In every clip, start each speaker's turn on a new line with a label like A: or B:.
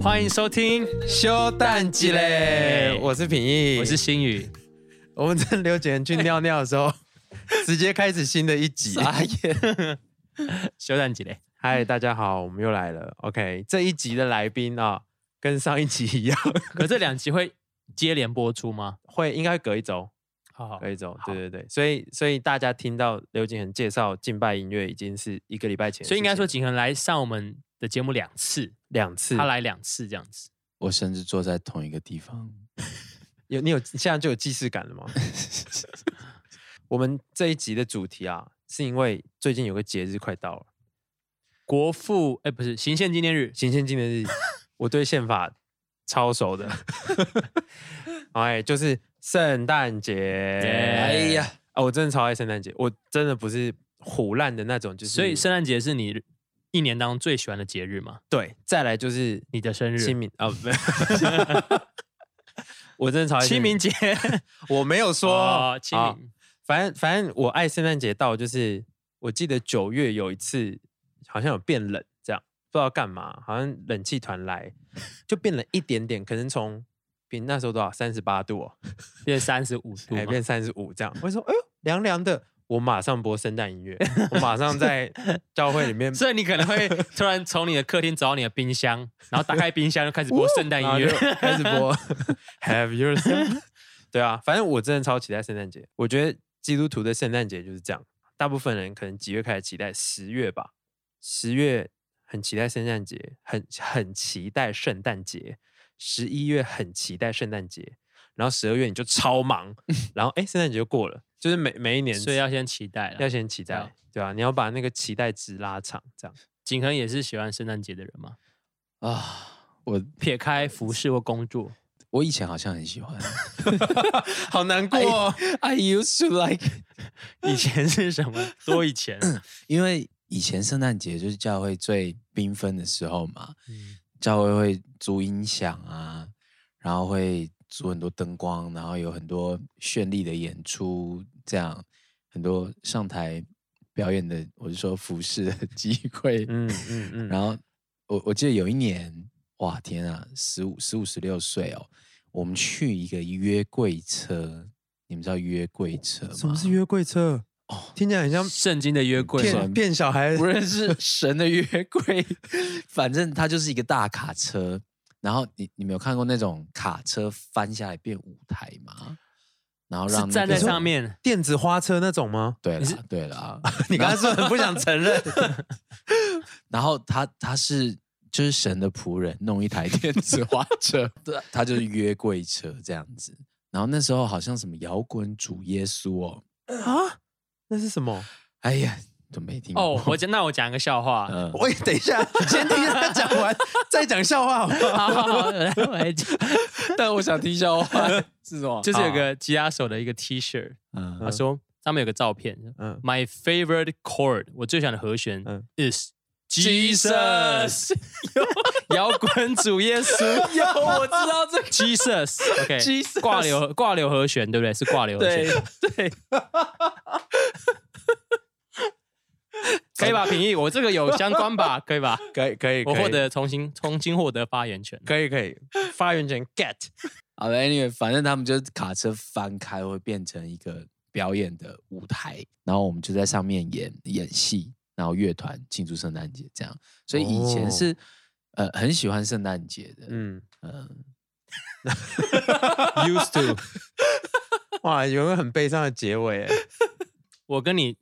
A: 欢迎收听，
B: 休蛋鸡嘞！我是品义，
A: 我是新 宇。
B: 我们趁刘姐去尿尿的时候， 直接开始新的一集。
A: 傻眼，休蛋几嘞？
B: 嗨，大家好，我们又来了。OK，这一集的来宾啊，跟上一集一样，
A: 可这两集会接连播出吗？
B: 会应该隔一周，
A: 好好
B: 隔一周。
A: 好
B: 对对对，所以所以大家听到刘景恒介绍敬拜音乐，已经是一个礼拜前的事情了，
A: 所以应该说，景恒来上我们的节目两次，
B: 两次
A: 他。来两次这样子。
C: 我甚至坐在同一个地方。
B: 有你有现在就有既视感 了吗？我们这一集的主题啊，是因为最近有个节日快到了。
A: 国父，哎，不是行宪纪念日，
B: 行宪纪念日，我对宪法超熟的。 哎，就是圣诞节。
A: Yeah
C: 哎呀，
B: 啊，我真的超爱圣诞节，我真的不是虎烂的那种，就是
A: 所以圣诞节是你一年当中最喜欢的节日吗？
B: 对，再来就是
A: 你的生日，
B: 清明啊，不是， 我真的超爱圣诞
A: 清明，节，
B: 我没有说、
A: 哦清
B: 啊
A: 明，
B: 反正反正我爱圣诞节到就是，我记得九月有一次好像有变冷，这样不知道干嘛，好像冷气团来就变冷一点点，可能从比那时候多少三十八度 哦，
A: 变三十五度
B: 改
A: 嘛，
B: 哎变三十五这样，我就说哎呦凉凉的，我马上播圣诞音 乐，我马上在教会里面。
A: 所以你可能会突然从你的客厅找到你的 冰箱，然后打开冰箱就开始播圣诞音
B: 然后啊就
A: 乐，
B: 开始播 Have Yourself。对 啊，反正我真的超期待圣诞节。我觉得基督徒的圣诞节就是这样，大部分人可能几月开始期待？十月吧，十月很期待圣诞节，很很期待圣诞节。十一月很期待圣诞节，然后十二月你就超忙，然后哎，圣诞节就过了，就是每每一年，
A: 所以要先期待
B: 要
A: 了。
B: 先期
A: 好
B: 待，对啊，你要把那个期待值拉长，这样。
A: 景恒也是喜欢圣诞节的人嘛，
C: 啊，我
A: 撇开服饰或工作，
C: 我以前好像很喜欢。
B: 好难过、
C: I used to like，
A: 哎以前是什么？多 以前啊，
C: 因为以前圣诞节就是教会最缤纷的时候嘛，
A: 嗯
C: 教会会租音响啊，然后会租很多灯光，然后有很多绚丽的演出，这样很多上台表演的，我是说服饰的机会，
B: 嗯嗯嗯，
C: 然后我我记得有一年，哇天啊，十五十五十六岁哦，我们去一个约柜车，你们知道约柜车吗？
B: 什 么是约柜车？哦，听起来很像
A: 圣经的约会嘛
B: 骗骗小孩
C: 不认识神的约柜，反正它就是一个大卡车。然后你你们有看过那种卡车翻下来变舞台吗？然后让
A: 是
C: 那
A: 站在
C: 个
A: 上，面，
B: 电子花车那种吗？
C: 对
A: 你是
C: 了对了，
B: 你刚才是不是很不想承认？
C: 然后他他是就是神的仆人，弄一台 电子花 车，对
B: 啊
C: 他就是约柜车这样子。然后那时候好像什么摇滚主耶稣哦，
B: 啊？那是什么？
C: 哎呀，都没听过
A: 哦，我讲那我讲一个笑话。
C: 嗯
B: 我等一下，先听他讲完，再讲笑话好不好？
A: 好好好，来我来 讲，
C: 但我想听笑话是什么？
A: 就是有个吉他手的一个 T 恤，
C: 嗯
A: 他说上面有个照片
B: 嗯，
A: ，My favorite chord，我最喜欢的和弦
B: 嗯
A: is Jesus，摇滚主耶稣。
C: 有我知道这
A: Jesus，OK，、
C: Jesus
A: 挂流挂流和弦对不对？是挂流和弦，
C: 对，
A: 可以吧？平易，我这个有相关 吧？可以吧？
B: 可以可以，
A: 我
B: 可以
A: 获得重新重新获得发言权。
B: 可以可以，发言权 get
C: 好了，Anyway，反正他们就是卡车翻开会变成一个表演的舞台，然后我们就在上面演演戏，然后乐团庆祝圣诞节这样。所以以
B: 哦
C: 前是、呃很喜欢圣诞节的，嗯
B: 嗯
C: 嗯，
B: used to。哇，有个很悲伤的结尾欸，
A: 我跟你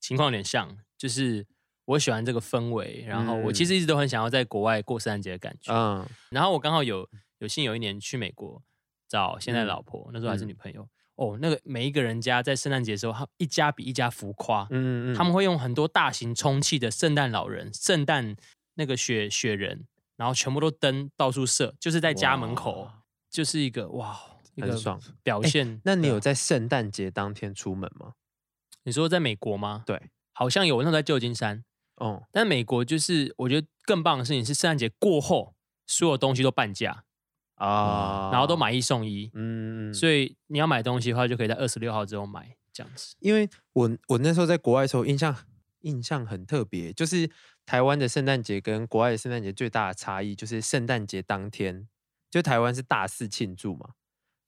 A: 情况有点像，就是我喜欢这个氛围，然后我其实一直都很想要在国外过圣诞节的感觉。
B: 嗯
A: 然后我刚好有有幸有一年去美国找现在老婆，那时候还是
B: 嗯
A: 女朋友。哦，那个每一个人家在圣诞节的时候，他一家比一家浮夸，
B: 嗯嗯，
A: 他们会用很多大型充气的圣诞老人、圣诞那个雪雪人，然后全部都灯到处射，就是在家门口
C: 哇，
A: 就是一个哇，一
B: 很
A: 个
B: 爽。
A: 表现。
B: 那你
A: 对啊
B: 有在圣诞节当天出门吗？
A: 你说在美国吗？
B: 对，
A: 好像有，那时候在旧金山。
B: 哦，
A: 但美国就是我觉得更棒的事情是圣诞节过后，所有东西都半价，
B: 啊，
A: 然后都，买一送一，
B: 嗯，嗯
A: 所以你要买东西的话，就可以在二十六号之后买这样子。
B: 因为我我那时候在国外的时候，印象印象很特别，就是台湾的圣诞节跟国外的圣诞节最大的差异，就是圣诞节当天，就台湾是大肆庆祝嘛，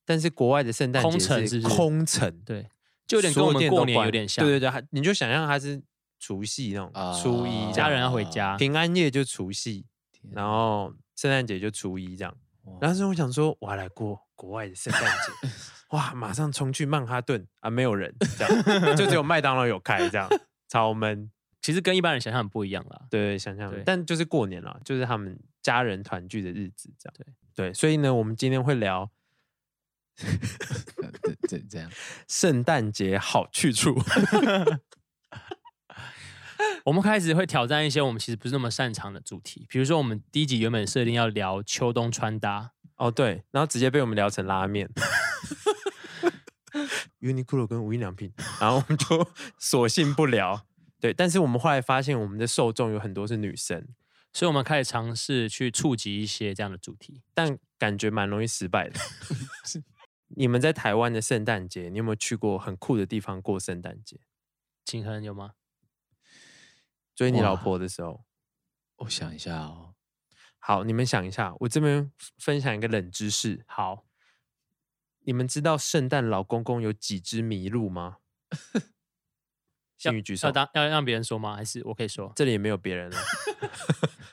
B: 但是国外的圣诞
A: 空
B: 节
A: 城是不是
B: 空城，
A: 对，就有点
B: 所
A: 跟我们
B: 店
A: 过
B: 都
A: 年有
B: 关
A: 点像，
B: 对对对，它你就想象它是除夕那种，初一
C: 啊
B: 这
A: 家
B: 样
A: 人要回家，
B: 平安夜就除夕，
C: 天
B: 然
C: 哪
B: 后圣诞节就初一这样。
C: 哇
B: 然后所以我想说，我要来过国外的圣诞节，哇，马上冲去曼哈顿啊，没有人，这样就只有麦当劳有开，这样超闷。
A: 其实跟一般人想象很不一样啦。
B: 对，想想
A: 对，
B: 但就是过年了，就是他们家人团聚的日子，这样。对对，所以呢，我们今天会聊
C: 呃这这这样，
B: 圣诞节好去处。
A: 我们开始会挑战一些我们其实不是那么擅长的主题，比如说我们第一集原本设定要聊秋冬穿搭，
B: 哦，对，然后直接被我们聊成拉面。Uniqlo 跟无印良品，然后我们就 索性不聊。对，但是我们后来发现，我们的受众有很多是女生，
A: 所以我们开始尝试去触及一些这样的主题。
B: 但感觉蛮容易失败的。 你们在台湾的圣诞节，你有没有去过很酷的地方过圣诞节？
A: 秦恒有吗？
B: 追你老
C: 哇
B: 婆的时候，
C: 我想一下哦，
B: 好，你们想一下，我这边分享一个冷知识。好，你们知道圣诞老公公有几只麋鹿吗？
A: 要
B: 信宇举手
A: 要。当要让别人说吗？还是我可以说？
B: 这里也没有别人 了，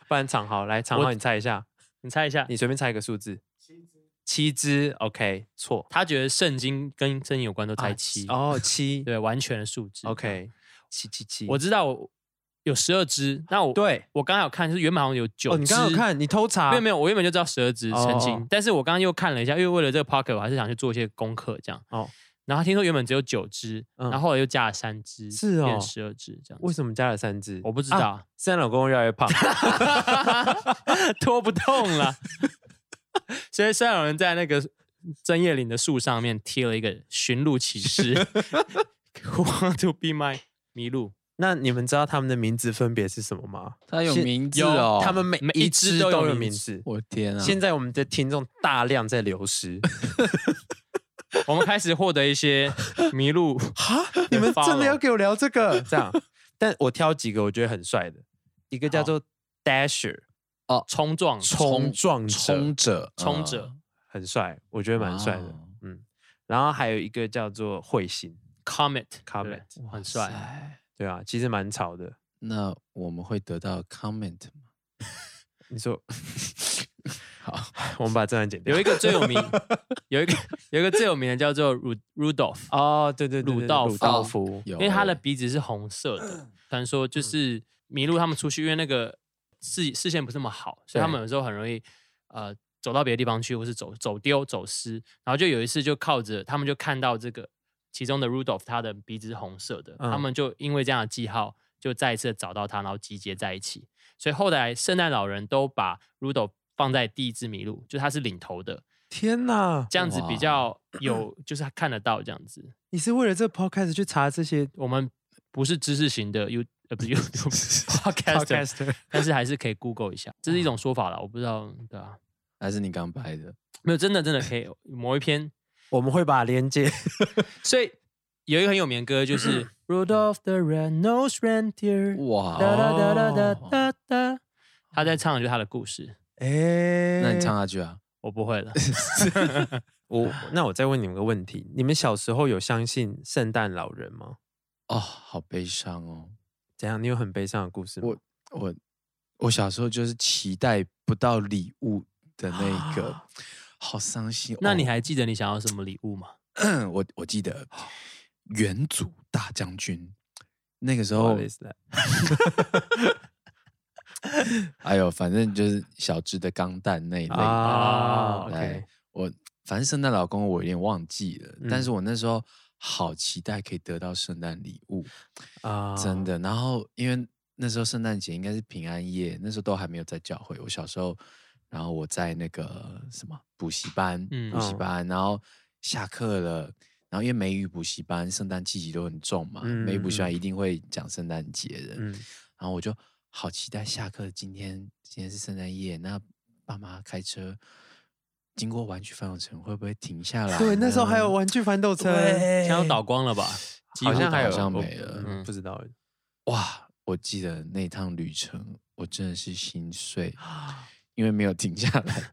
B: 不然长豪来，长
A: 我
B: 豪你猜一下，
A: 你猜一下，
B: 你随便猜一个数字，七只，七只，OK，错，
A: 他觉得圣经跟圣经有关都猜
B: 啊
A: 七、
B: 哦，七
A: 对，完全的数字。
B: ，OK，七七七，
A: 我知道我有十二只，那我
B: 对，
A: 我刚刚有看是原本好像有九只、
B: 哦，你刚刚有看，你偷查，
A: 没有没有，我原本就知道十二只
B: 哦
A: 澄
B: 哦
A: 清，但是我刚刚又看了一下，因为为了这个 p o c k e t 我还是想去做一些功课这样。
B: 哦
A: 哦，然后听说原本只有九只，
B: 嗯
A: 然后后来又加了三只，
B: 是哦
A: 十二只这样。
B: 为什么加了三只？
A: 我不知
B: 啊
A: 道，
B: 圣诞老公公越来越胖，
A: 拖不动了。所以虽然有人在那个针叶林的树上面贴了一个寻路 启事 ，Want to be my 麋鹿，
B: 那你们知道他们的名字分别是什么吗？
C: 它有
B: 现
C: 名字
B: 有
C: 哦，
B: 他们每
A: 每
B: 一
A: 一只
B: 只
A: 都
B: 都
A: 有
B: 有
A: 名
B: 名
A: 字
B: 字。
C: 我的天啊，
B: 现在我们的听众大量在流失，
A: 我们开始获得一些 麋鹿
B: 哈，你们真的
A: follow
B: 要给我聊这个？这样，但我挑几个我觉得很帅的，一个叫
A: 好
B: 做 Dasher
A: 冲撞
B: 冲撞者
C: 冲者，
A: 冲
C: 嗯
A: 者
B: 很帅，我觉得蛮帅的
C: 哇，哦
B: 嗯。然后还有一个叫做彗星
A: comet 对
B: Comet，
A: 很帅。
C: 塞
B: 对啊，其实蛮潮的。
C: 那我们会得到 comment 吗？
B: 你说，
C: 好，
B: 我们把这段剪掉。
A: 有一个最有 名，有一个有一个最有名的叫做 Ru- Rudolph，
B: 哦，对对对，
A: 鲁
B: 对
A: 道
B: 鲁道
A: 夫
B: 夫，
C: 有
A: 因为他的
C: 欸
A: 鼻子是红色 的，传说
B: 嗯
A: 就是麋鹿他们出去，因为那个视视线不是那么好，所以他
B: 对
A: 们有时候很容易呃走到别的地方去，或是走走丢、走失。然后就有一次就靠着他们就看到这个其中的 Rudolph，他的鼻子是红色的，他
B: 嗯
A: 们就因为这样的记号，就再一次地找到他，然后集结在一起。所以后来圣诞老人都把 Rudolph 放在第一只麋鹿，就他是领头的，
B: 天哪！
A: 这样子比
C: 哇
A: 较有就是看得到这样子。
B: 你是为了这个 podcast 去查这些
A: 我们不是知识型的 You 呃不是 YouTube podcast，
B: podcaster？
A: 但是还是可以 Google 一下，这是一种说法啦，我不知道对啊，
C: 还是你刚拍的？
A: 没有真的真的可以某一篇，
B: 我们会把连接
A: 所以有一个很有名的歌就是 Rudolph the Red-Nosed Reindeer，
C: 哇，
A: 哒哒哒哒哒
C: 哦
A: 哒哒，他在唱的就是他的故事，
B: 哎，
C: 那你唱下去啊？
A: 我不 会了，
B: 我。那我再问你们个问题：你们小时候有相信圣诞老人吗？
C: 哦，好悲伤哦。
B: 怎样？你有很悲伤的故事吗？
C: 我我我小时候就是期待不到礼物的那一个，好伤心。
A: 啊那你
C: 哦
A: 还记得你想要什么礼物吗？
C: 我我 记得元祖大将军那个时
B: 不好
C: 候，
B: 意思啦
C: 哎呦，反正就是小只的钢弹那一类的。
B: 啊
A: 啊
C: 对
B: ，OK，
C: 我反正圣诞老公我有点忘记了，但
B: 嗯
C: 是我那时候好期待可以得到圣诞礼物，
B: 啊
C: 真的。然后因为那时候圣诞节应该是平安夜，那时候都还没有在教会。我小时候，然后我在那个什么补习班，
A: 嗯
C: 补习
B: 嗯
C: 班，然后下课了。然后因为美语补习班圣诞气息都很重嘛，美语补
B: 嗯
C: 习
B: 嗯
C: 班一定会讲圣诞节的。
B: 嗯，
C: 然后我就好期待下课。今天今天是圣诞夜，那爸妈开车经过玩具反斗城会不会停下来呢？
B: 对，那时候还有玩具反斗车，
C: 嗯对
A: 想要倒光了吧？几
B: 好
A: 乎
B: 像还
A: 倒
B: 有，
C: 好像
B: 我
C: 没了
B: 嗯
A: 嗯
B: 不知道。
C: 哇！我记得那趟旅程，我真的是心碎，因为没有停下来。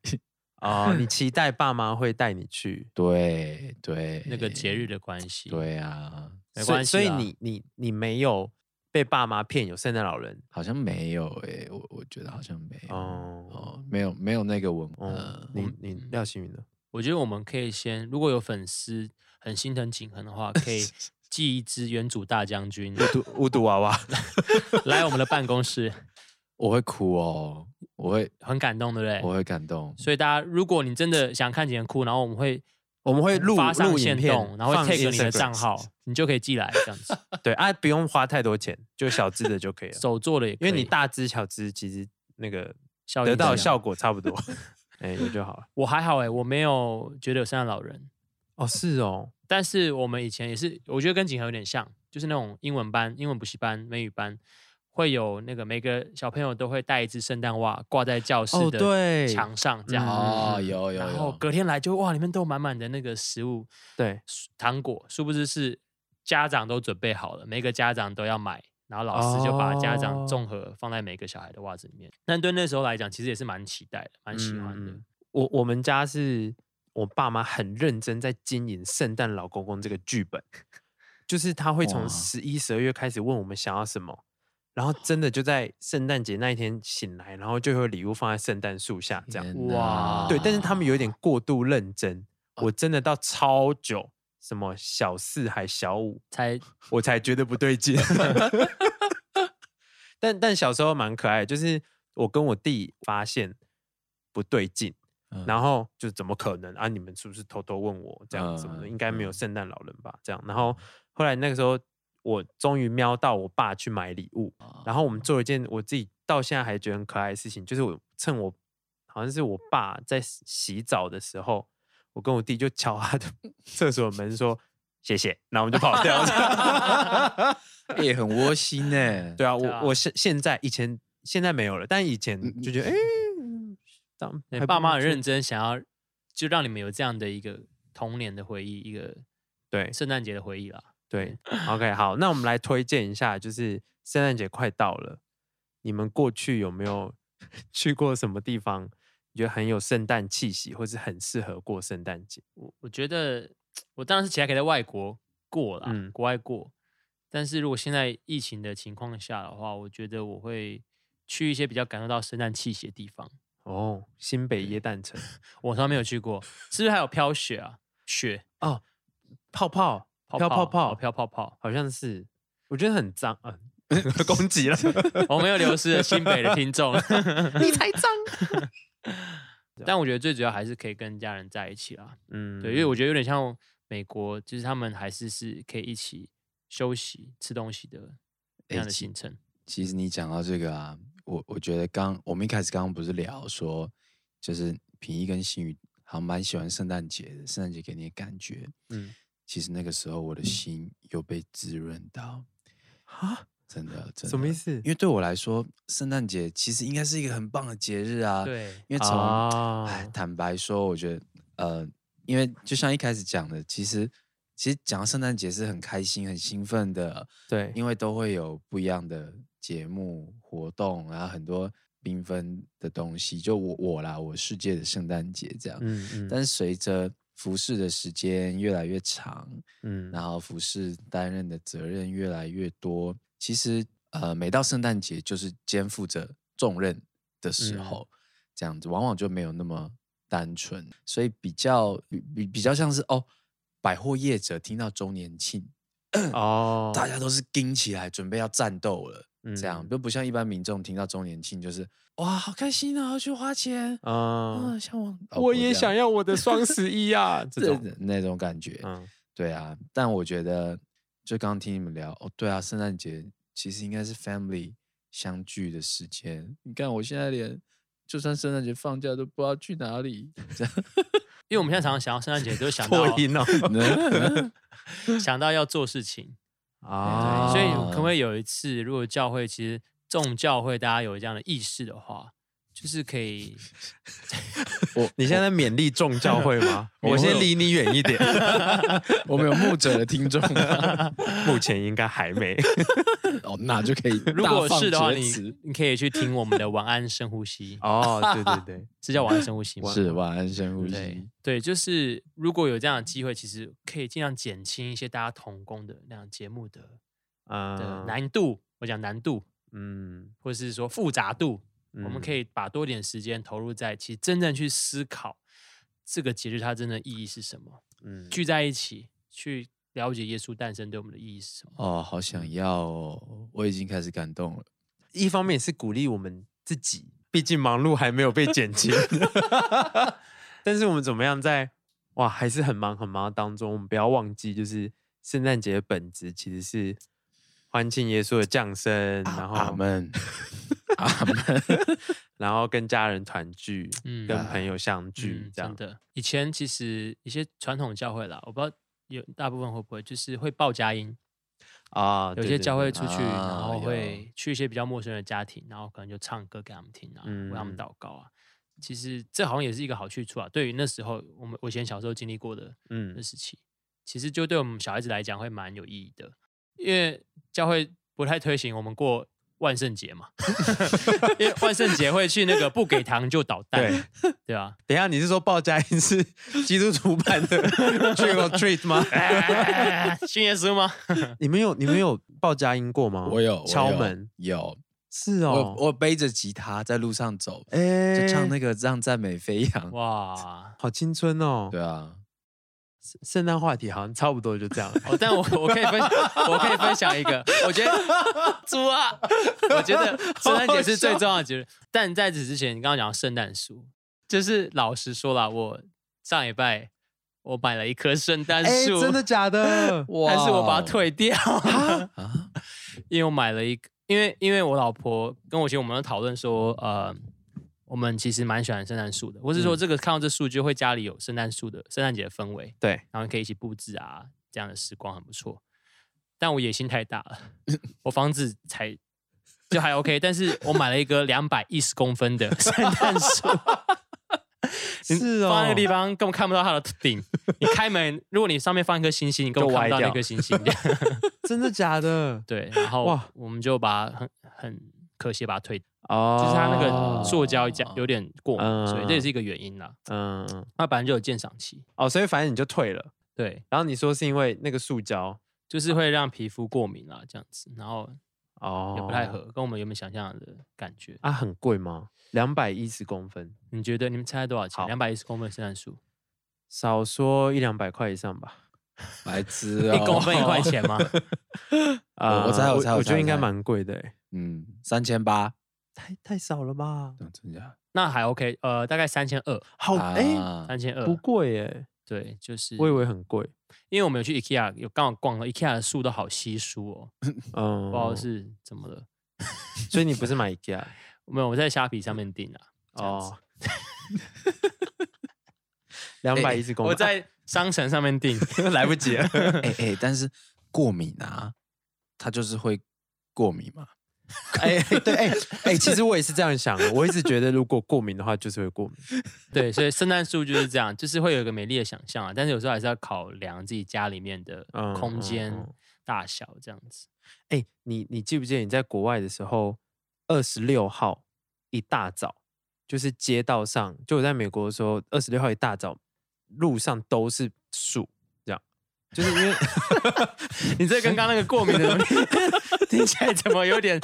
B: 哦， 你期待爸妈会带你去，
C: 对对，
A: 那个节日的关系，
C: 对啊，
A: 没
B: 所以
A: 关系
B: 所以
A: 啦
B: 你你你没有被爸妈骗有圣诞老人
C: 好像没有诶、我我觉得好像没有
B: 哦
C: 哦，没有没有那个文化、
B: 哦，
C: 呃
B: 你你廖星 云的
A: 我觉得我们可以先，如果有粉丝很心疼景恒的话，可以寄一只原主大将军
B: 独无独娃娃，
A: 来我们的办公室，
C: 我会哭哦，我会
A: 很感动，对不对？
C: 我会感动，
A: 所以大家，如果你真的想看景恒哭，然后我们会
B: 我们会录
A: 发
B: 录
A: 上
B: 影
A: 线
B: 片
A: 动，，然后
B: 放
A: t a k 你的
B: Instagram
A: 账号，你就可以寄来这样 子。
B: 对啊，不用花太多钱，就小资的就可 以了。
A: 手做的也可
B: 因
A: 以，
B: 为你大资小资其实那个
A: 效益
B: 得到的
A: 一样
B: 效果差不 多，哎、也就好了。
A: 我还好哎、我没有觉得有圣诞老人，
B: 哦，是哦，
A: 但是我们以前也是，我觉得跟景恒有点像，就是那种英文班、英文补习班、美语班，会有那个每个小朋友都会带一只圣诞袜挂在教室
B: 哦
A: 的
B: 对，嗯
A: 墙上这样，
C: 哦有有
A: 然后
C: 有，
A: 隔天来就哇，里面都有满满的那个食物
B: 对，
A: 蔬糖果，殊不知是家长都准备好了，每个家长都要买。然后老师就把家
B: 哦
A: 长综合放在每个小孩的袜子里面，但对那时候来讲，其实也是蛮期待的，蛮喜欢的。
B: 嗯我我们家是我爸妈很认真在经营《圣诞老公公》这个剧本，就是他会
C: 哇
B: 从十一、十二月开始问我们想要什么，然后真的就在圣诞节那一天醒来，然后就会有礼物放在圣诞树下这样。
C: 天
A: 哇
C: 哪
B: 对，但是他们有点过度认真，
A: 哦
B: 我真的到超久，什么小四还小五，
A: 才
B: 我才觉得不对劲。 但但小时候蛮可爱的，就是我跟我弟发现不对劲，
C: 嗯
B: 然后就怎么可能啊？你们是不是偷偷问我这样什么的？
C: 嗯
B: 应该没有
C: 嗯
B: 圣诞老人吧？这样，然后后来那个时候，我终于瞄到我爸去买礼物，然后我们做了一件我自己到现在还觉得很可爱的事情，就是我趁我好像是我爸在洗洗澡的时候，我跟我弟就敲他的
C: 嗯
B: 厕所门说谢谢，然后我们就跑掉 了。
C: 也哎很窝心呢、
B: 对啊，
A: 对
B: 我
A: 啊
B: 我现现在以前现在没有了，但以前
C: 嗯哎
B: 就觉得哎，嗯当
A: 对
B: 还
A: 爸
B: 不
A: 妈很
B: 错
A: 认真，想要就让你们有这样的一个童年的回忆，一个
B: 对
A: 圣诞节的回忆啦。
B: 对，OK，好，那我们来推荐一下，就是圣诞节快到了，你们过去有没有 去过什么地方？你觉得很有圣诞气息，或是很适合过圣诞节？
A: 我我觉得我当然是期待可以在外国过啦，
B: 嗯
A: 国外过。但是如果现在疫情的情况下的话，我觉得我会去一些比较感受到圣诞气息的地方。
B: 哦，新北耶诞城
A: 我从来没有去过，是不是还有飘雪啊？ 雪
B: 哦， 泡泡
A: 泡
B: 飘泡
A: 泡
B: 泡，
A: 哦飘泡泡
B: 好像是，我觉得很脏啊， 嗯攻击 了。
A: 我们又流失了新北的听众。
B: 你才脏。
A: 但我觉得最主要还是可以跟家人在一起啦。
B: 嗯
A: 对，因为我觉得有点像美国，就是他们还是是可以一起休息、吃东西的这
C: 哎
A: 样的
C: 其
A: 行程。
C: 其实你讲到这个啊，我我觉得刚我们一开始刚刚不是聊说，就是平一跟新宇好像蛮喜欢圣诞节的，圣诞节给你的感觉，
B: 嗯
C: 嗯，其实那个时候我的心有被滋润到，
B: 啊，
C: 真的，真的
B: 什么意？思？
C: 因为对我来说，圣诞节其实应该是一个很棒的节日啊，，
A: 对，
C: 因为从哎
B: 啊，，
C: 坦白说，我觉得，呃，因为就像一开始讲的，其实其实讲到圣诞节是很开心、很兴奋的，
B: 对，
C: 因为都会有不一样的节目活动，然后很多缤纷的东西。就我我啦，我世界的圣诞节这样。
B: 嗯嗯
C: 但是随着服侍的时间越来越长，
B: 嗯
C: 然后服侍担任的责任越来越多，其实呃，每到圣诞节就是肩负着重任的时
B: 嗯
C: 候，这样子往往就没有那么单纯，所以比较比比比较像是哦，百货业者听到周年庆，
B: 哦，
C: 大家都是盯起来，准备要战斗了，这样
B: 嗯
C: 就不像一般民众听到周年庆就是哇，好开心啊，要去花钱
B: 啊
C: 啊，，像我老
B: 我
C: 婆
B: 也
C: 这样
B: 想要我的双十一啊，这
C: 这
B: 种，
C: 种那种感觉，
B: 嗯，
C: 对啊，但我觉得就刚刚听你们聊，哦，对啊，圣诞节其实应该是 family 相聚的时间。你看我现在连就算圣诞节放假都不知道去哪里， 这样
A: 因为我们现在常常想到圣诞节，都会想
B: 破
A: 到
B: 音哦，
A: 想到要做事情，
B: 啊，
A: 所以
C: 哦
A: 可不可以有一次，如果教会其实众教会大家有这样的意识的话，就是可 以，
B: 你现在在勉励众教会 吗？
C: 我
B: 我先离你远一点，
C: 我们有牧者的听众吗
B: 目前应该还没。
C: 哦，那就可以
A: 如
C: 大
A: 果
C: 放
A: 是的话，
C: 厥
A: 你
C: 词
A: 你可以去听我们的晚安深呼吸，
B: 哦，对对对，
A: 是叫晚安深呼吸吗？
C: 是晚安深呼
A: 对
C: 吸，
A: 对，就是如果有这样的机会，其实可以尽量减轻一些大家同工的那样节目的的
B: 嗯
A: 难度。我讲难度，
B: 嗯，
A: 或是说复杂度，我们可
B: 以
A: 以把多点时间投入在其实真正去思考这个节日它真正的意义是什么，
B: 嗯
A: 聚在一起去了解耶稣诞生对我们的意义是什么。
C: 哦，好想
B: 嗯
C: 要哦，我已经开始感动了。
B: 一方面也是鼓励我们自己，毕竟忙碌还没有被减轻。 但是我们怎么样在哇还是很忙很忙的当中，我们不要忘记，就是圣诞节的本质其实是欢庆耶稣的降生，
A: 啊
B: 然后
C: 阿门，阿门。
B: 然后跟家人团聚，
A: 嗯
B: 跟朋友相聚，
A: 嗯，
B: 这样
A: 真的。以前其实一些传统教会啦，我不知道有大部分会不会就是会报佳音，
B: 啊，
A: 有
B: 对
A: 些
B: 对
A: 教
B: 对
A: 会出去，然
C: 啊
A: 后
C: 有
A: 会去一些比较陌生的家庭，然后可能就唱歌给他们听啊，为他们
B: 嗯
A: 祷告啊。其实这好像也是一个好去处啊。对于那时候我们我以前小时候经历过的的
B: 嗯
A: 时期，其实就对我们小孩子来讲会蛮有意义的，因为教会不太推行我们过万圣节嘛， 因为万圣节会去那个不给糖就捣蛋，对啊吧、
B: 等一下，你是说报佳音 是基督徒版的 trick or treat 吗？
C: 哎
A: 啊？ 信耶稣吗？
B: 你们有你们有报佳音过吗？
C: 我有我
B: 敲
C: 有
B: 门，
C: 有，
B: 是
C: 我
B: 哦，
C: 我背着吉他在路上走，
B: 哎
C: 就唱那个《让赞美飞扬》。
A: 哇！
B: 好青春哦。
C: 对啊，
B: 圣圣诞话题好像差不多就这样了。
A: 哦，但我我可以分，我可以分享一个，我觉得猪啊，我觉得圣诞节是最重要的节日。但在此之前，你刚刚讲到圣诞树，就是老实说啦，我上礼拜我买了一棵圣诞
B: 哎，
A: 树，
B: 真的假 的？
A: 但是我
C: 哇
A: 把它
C: 哦
A: 退掉，
C: 啊，
A: 因为我买了一个，因为因为我老婆跟我其实我们有讨论说，呃，我们其实蛮喜欢圣诞树的，或是说
B: 嗯
A: 这个看到这树就会家里有圣诞树的圣诞节的氛围，
B: 对，
A: 然后可以一起布置啊，这样的时光很不错。但我野心太大了， 我房子才就还 OK，但是我买了一个两百一十公 分的圣诞树，
B: 哦
A: 你
B: 是
A: 放在那
B: 哦
A: 个。地方根本看不到它的顶。你开门，如果你上面放一颗星星，你根本
B: 就
A: 看不
B: 歪
A: 到那
B: 掉
A: 颗星星。
B: 真的假 的？
A: 对，然后
B: 哇
A: 我们就把它很很可惜把它推，就
B: 哦
A: 是它那个塑胶加
C: 哦
A: 有点过敏，所以这也
B: 嗯
A: 是一个原因啦。
B: 嗯，嗯
A: 它本来就有鉴赏期，
B: 哦，所以反正你就退了。
A: 对，
B: 然后你说是因为那个塑胶，
A: 就是会让皮肤过敏啊啦，这样子，然后
B: 哦，
A: 也不太合，跟我们原本想象的感觉。
B: 啊，很贵吗？两百一十公分，
A: 你觉得你们猜多少钱？
B: 好
A: 两百一十公分圣 诞树，
B: 少说一两百块以上吧。
C: 白痴
A: 一
C: 哦，
A: 公分一块。钱吗？
B: 啊
C: 我猜我猜我
B: 我
C: 猜
B: 觉
C: 我
B: 得应该
C: 猜
B: 蛮贵的欸，
C: 嗯，三千八，
B: 太太少了吧？
C: 嗯真假？
A: 那还 OK，呃，大概三千二，
B: 好哎，
C: 啊
A: 三千二
B: 不，贵哎，
A: 对，就是，
B: 我以为很贵。
A: 因为我们有去 IKEA，有刚好逛了 IKEA 的树都好稀疏哦，
B: 嗯，
A: 不知道是怎么了。
B: 所以你不是买 IKEA
A: 没有，我在虾皮上面订的、啊
B: 哦， 两百一十公分，
A: 哎我在商城上面 订，
B: 来不及了。
C: 哎哎，但是过敏啊，它就是会过敏嘛。
B: 哎，对， 哎哎，其实我也是这样想的，我一直觉得如果过敏的话，就是会过敏。
A: 对，所以圣诞树就是这样，就是会有一个美丽的想象啊，但是有时候还是要考量自己家里面的
B: 嗯
A: 空
B: 嗯
A: 间、
B: 嗯
A: 大小这样子。
B: 哎，你你记不记得你在国外的时候，二十六号一大早，就是街道上，就我在美国的时候，二十六号一大早，路上都是树，这样，就是因为
A: 你这跟刚刚那个过敏的东西 听起来怎么有点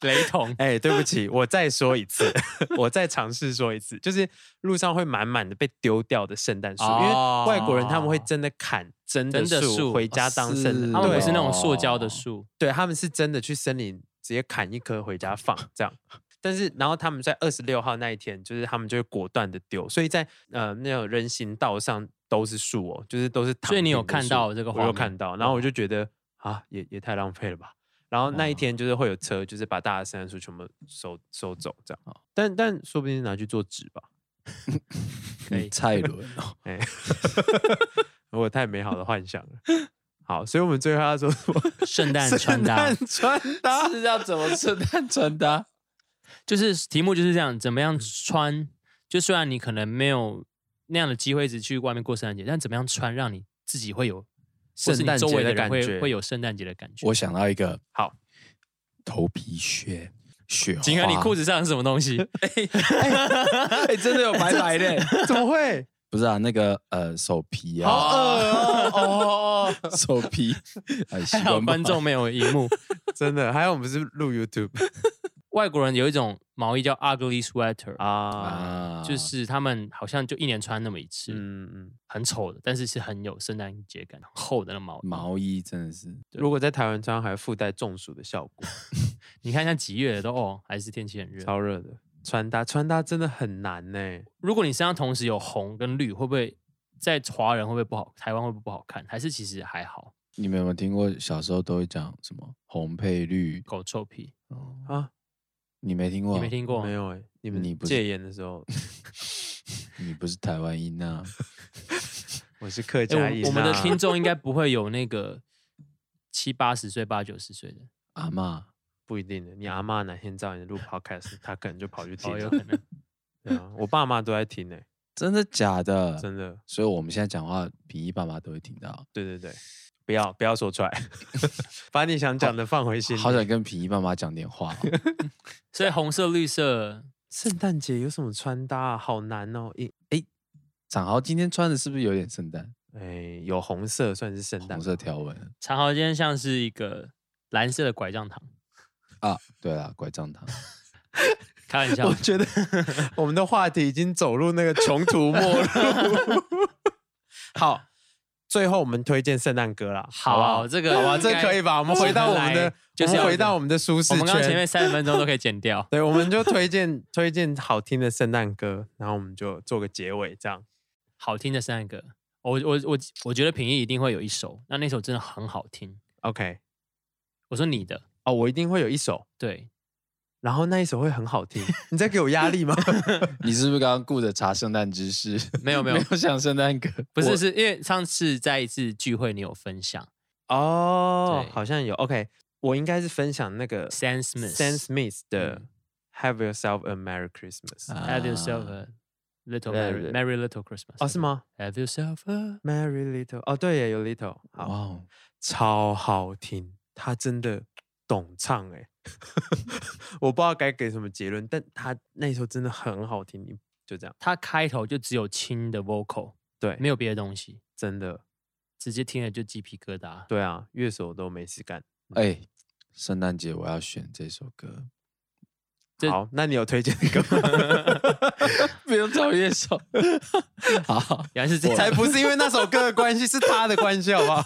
A: 雷同？
B: 哎，对不起，我再说一次， 我再尝试说一次，就是路上会满满的被丢掉的圣诞树，因为外国人他们会
A: 哦
B: 真的砍真的
A: 真的树
B: 树回家当圣
C: 是
B: 诞，
A: 他们不是
B: 对
A: 那种塑胶的
C: 哦
A: 树，
B: 对，他们是真的去森林直接砍一棵回家放这样。但是，然后他们在二十六号那一天，就是他们就会果断的丢，所以在呃那种人行道上都是树哦，就是都是躺
A: 所以你有
B: 平的
A: 看
B: 树
A: 到这个
B: 我
A: 画
B: 有
A: 面哦
B: 看到，然后我就觉得啊，也也太浪费了吧。然后那一
C: 哇
B: 天就是会有车，就是把大家的圣诞树全部收收走这
A: 哦
B: 样。但但说不定拿去做纸吧，
A: 可以
C: 嗯蔡伦 哦，
B: 哎，我有太美好的幻想了。好，所以我们最后 要说什么？
A: 圣诞穿搭
B: 圣诞穿搭啊
C: 是要怎么圣诞穿搭？
A: 就是题目就是这样，怎么样穿？就虽然你可能没有那样的机会一直去外面过圣诞节，但怎么样穿让你自己会有或是
B: 圣
A: 你
B: 诞
A: 周
B: 节
A: 围
B: 的
A: 的人
B: 感觉
A: 会会有圣诞节的感觉。
C: 我想到一个
B: 好，
C: 头皮屑雪
A: 景和你
C: 花
A: 裤子上是什么东 西？哎
B: 哎，真的有白白
A: 欸
B: 的，怎么会？
C: 不是啊，那个呃手皮
B: 好
C: 啊，
B: 恶 哦哦哦，
C: 手 皮，哎，习
A: 还好
C: 惯不
A: 观众没有荧幕。
B: 真的。还有我们是录 YouTube
A: 外国人有一种毛衣叫 ugly sweater，、
C: 好
B: 啊，
C: 啊，
A: 就是他们好像就一年穿那么一次，
B: 嗯嗯。
A: 很丑的，但是是很有圣诞节感，很厚的那毛衣。
C: 毛衣真的是
B: 如果在台湾穿，还附带中暑的效果，
A: 你看像几月了都哦，还是天气很热。
B: 超热的。穿搭穿搭真的很难欸呢、
A: 如果你身上同时有红跟绿，会不会在华人会不会不好？台湾会不会不好看？还是其实还好？
C: 你们有没有听过小时候都会讲什么红配绿？
A: 狗臭屁，
C: 哦
B: 啊，
C: 你没听过？
A: 你没？听过？
B: 没。有哎、你们
C: 你不是
B: 戒严的时 候，
C: 你不是台湾音 啊？
B: 我是客
A: 哎、
B: 家啊音、
A: 我我们 的听众应该不会有那个七八十岁、八九十岁的，
C: 阿妈，
B: 不一定的。你阿妈哪天知道你录 podcast，她可能就跑去听
A: 哦，有
B: 了。
A: 可能。
B: 对啊，我爸妈都在听呢、欸
C: 真的假的？
B: 真的。
C: 所以我们现在讲话，平一爸妈都会听到。
B: 对对对，不要不要说出来， 把你想讲的放回心里。
C: 好想跟平一爸妈讲 点话哦、
A: 所以红色、绿色，
B: 圣诞节有什么穿搭、啊？好难哦。一
C: 长豪今天穿的是不是有点圣诞？
B: 哎，有红色算是圣诞
C: 红
B: 吧，
C: 色条纹
A: 长豪今天像是一个蓝色的拐杖糖，
C: 啊？对啦，拐杖糖。
A: 开玩 笑
B: 我。觉得我们的话题已经走入那个穷途末路。 好，最后我们推荐圣诞歌啦，
A: 好
B: 不
A: 啊，这个
B: 好吧，
A: 应
B: 这
A: 该
B: 可以吧？我们回到我们
A: 来
B: 的，
A: 就是
B: 我
A: 要
B: 们回到我们的舒适圈。。
A: 我们刚刚前面三十分钟都可以剪掉
B: 对，我们就推荐推荐好听的圣诞歌，然后我们就做个结尾，这样。
A: 好听的三个，我我我我觉得品艺一定会有一首，那那首真的很好听。
B: OK，
A: 我说你的，
B: 哦，我一定会有一首，
A: 对，
B: 然后那一首会很好听。你在给我压力吗？
C: 你是不是刚刚顾着查圣诞知识？
A: 没有没有
C: 没有想圣诞歌，
A: 不
C: 我
A: 是是因为上次在一次聚会你有分享
B: 哦，
A: 对
B: 好像有。OK，我应该是分享那个
A: Sam Smith
B: Sam Smith 的
A: 嗯
B: 《Have Yourself a Merry Christmas》。
A: Have yourself
C: 啊
A: a little
B: Yeah,
A: merry,
B: yeah.
A: merry little Christmas
B: 哦，是吗
A: Have yourself a
B: ？Merry Little，哦，对耶，有 Little，
C: 哇
B: 好，
C: 哦，
B: 超好听，他真的懂唱哎， 我不知道该给什么结论，但他那首真的很好听，你就这样，
A: 它开头就只有轻的 vocal，
B: 对，
A: 没有别的东西，
B: 真的，
A: 直接听了就鸡皮疙瘩。
B: 对啊，乐手都没事干。
C: 哎、圣诞节我要选这首歌，
A: 这
B: 好，那你有推荐的歌吗？
C: 不用找乐手。 好，
A: 原来是这样，
B: 才不是因为那首歌的关系，是 他的关系，好不 好？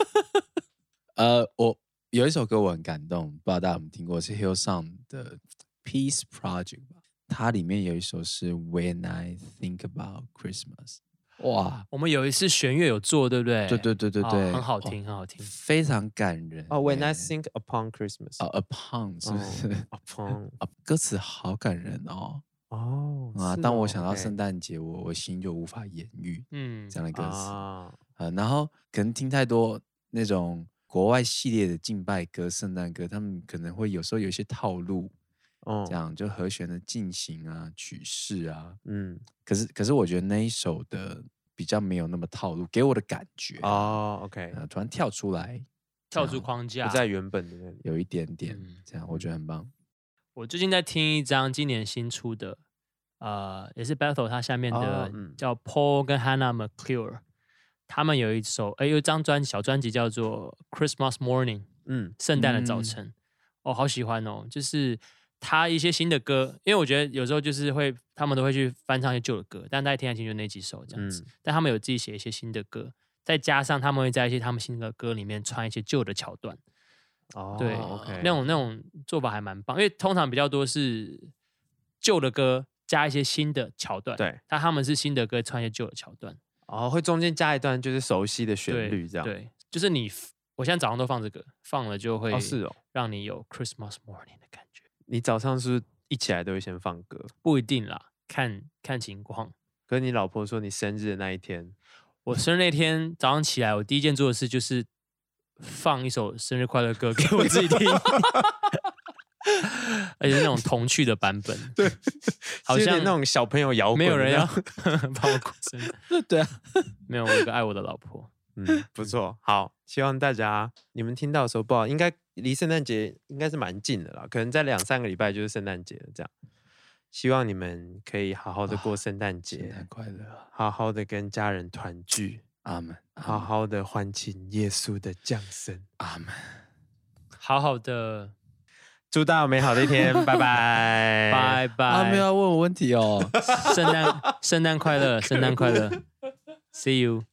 C: 呃，我有一首歌我很感动，不知道大家有没有听过，是 Hill Song 的 Peace Project 吧？它里面有一首是 When I Think About Christmas，哇，
A: 我们有一次弦乐有做，对不对？
C: 对对对对
A: 哦
C: 对，
A: 很好
C: 哦
A: 听，很好听。
C: 非常感人。
B: 哦，When I
C: 欸
B: think upon Christmas，
C: 啊、upon 是不是？
B: 哦 upon，
C: 啊，歌词好感人哦！
B: 哦
C: 啊，当我想到圣
B: 诞
C: 诞节，我我心就无法言喻
A: 嗯
C: 这，样的歌词啊、
B: 啊，
C: 然后可能听太多那种国外系列的敬拜歌、圣诞歌，他们可能会有时候有一些套路，
B: 哦
C: 这，样就和弦的进行啊、曲式啊。
B: 嗯，
C: 可是可是我觉得那一首的比较没有那么套路，给我的感觉啊，
B: 哦，OK，
C: 呃突然跳出来，
A: 跳出框架
B: 不。在原本的那里。
C: 有一点点、
A: 嗯
C: 这样，我觉得很棒。
A: 我最近在听一张今年新出的，呃，也是 Battle 它下面
B: 哦
A: 的
B: 嗯
A: 叫 Paul 跟 Hannah McClure，他们有一首，哎，有一张专小专辑叫做 Christmas Morning，
B: 嗯，
A: 圣诞的早
C: 嗯
A: 晨。哦，好喜欢哦，就是他一些新的歌，因为我觉得有时候就是会他们都会去翻唱一些旧的歌，但大家听来听去就那几首这样子。
B: 嗯
A: 但他们有自己写一些新的歌，再加上他们会在一些他们新的歌里面穿一些旧的桥段。
B: 哦，
A: 对
B: ，OK，
A: 那种那种做法还蛮棒，因为通常比较多是旧的歌加一些新的桥段，
B: 对，
A: 但他们是新的歌穿一些旧的桥段，
B: 哦，会中间加一段就是熟悉的旋
A: 对
B: 律，这样，，
A: 对，就是你 f- 我现在早上都放这个，放了就会
B: 哦，是哦，
A: 让你有 Christmas morning 的感觉，
B: 你早上是不是一起来都会先放歌，
A: 不一定啦，看看情况。
B: 可是你老婆说你生日的那一天，
A: 我生日那天早上起来，我第一件做的事就是放一首生日快乐歌给我自己听。 而且是那种童趣的版本，
B: 对，
A: 好
B: 是有点
A: 像
B: 那种小朋友摇滚，
A: 没有人要 把我过生日。
C: 对啊，
A: 没有，我有个爱我的老婆。
B: 嗯，不错，好，希望大家你们听到的时候，不好，应该离圣诞节应该是蛮近的啦，可能在两三个礼拜就是圣诞节了，这样。希望你们可以好好的过哦圣诞
C: 圣
B: 节，
C: 诞快乐，
B: 好好的跟家人团聚，
C: 阿门，
B: 好好的欢庆耶稣的降生。
C: 阿门，
A: 好好 的，
B: 祝大家有美好的一天，拜拜，
A: 拜
C: 阿
A: 拜
C: 门。要问我问题哦。
A: 圣诞圣诞快乐，圣诞快乐，See you。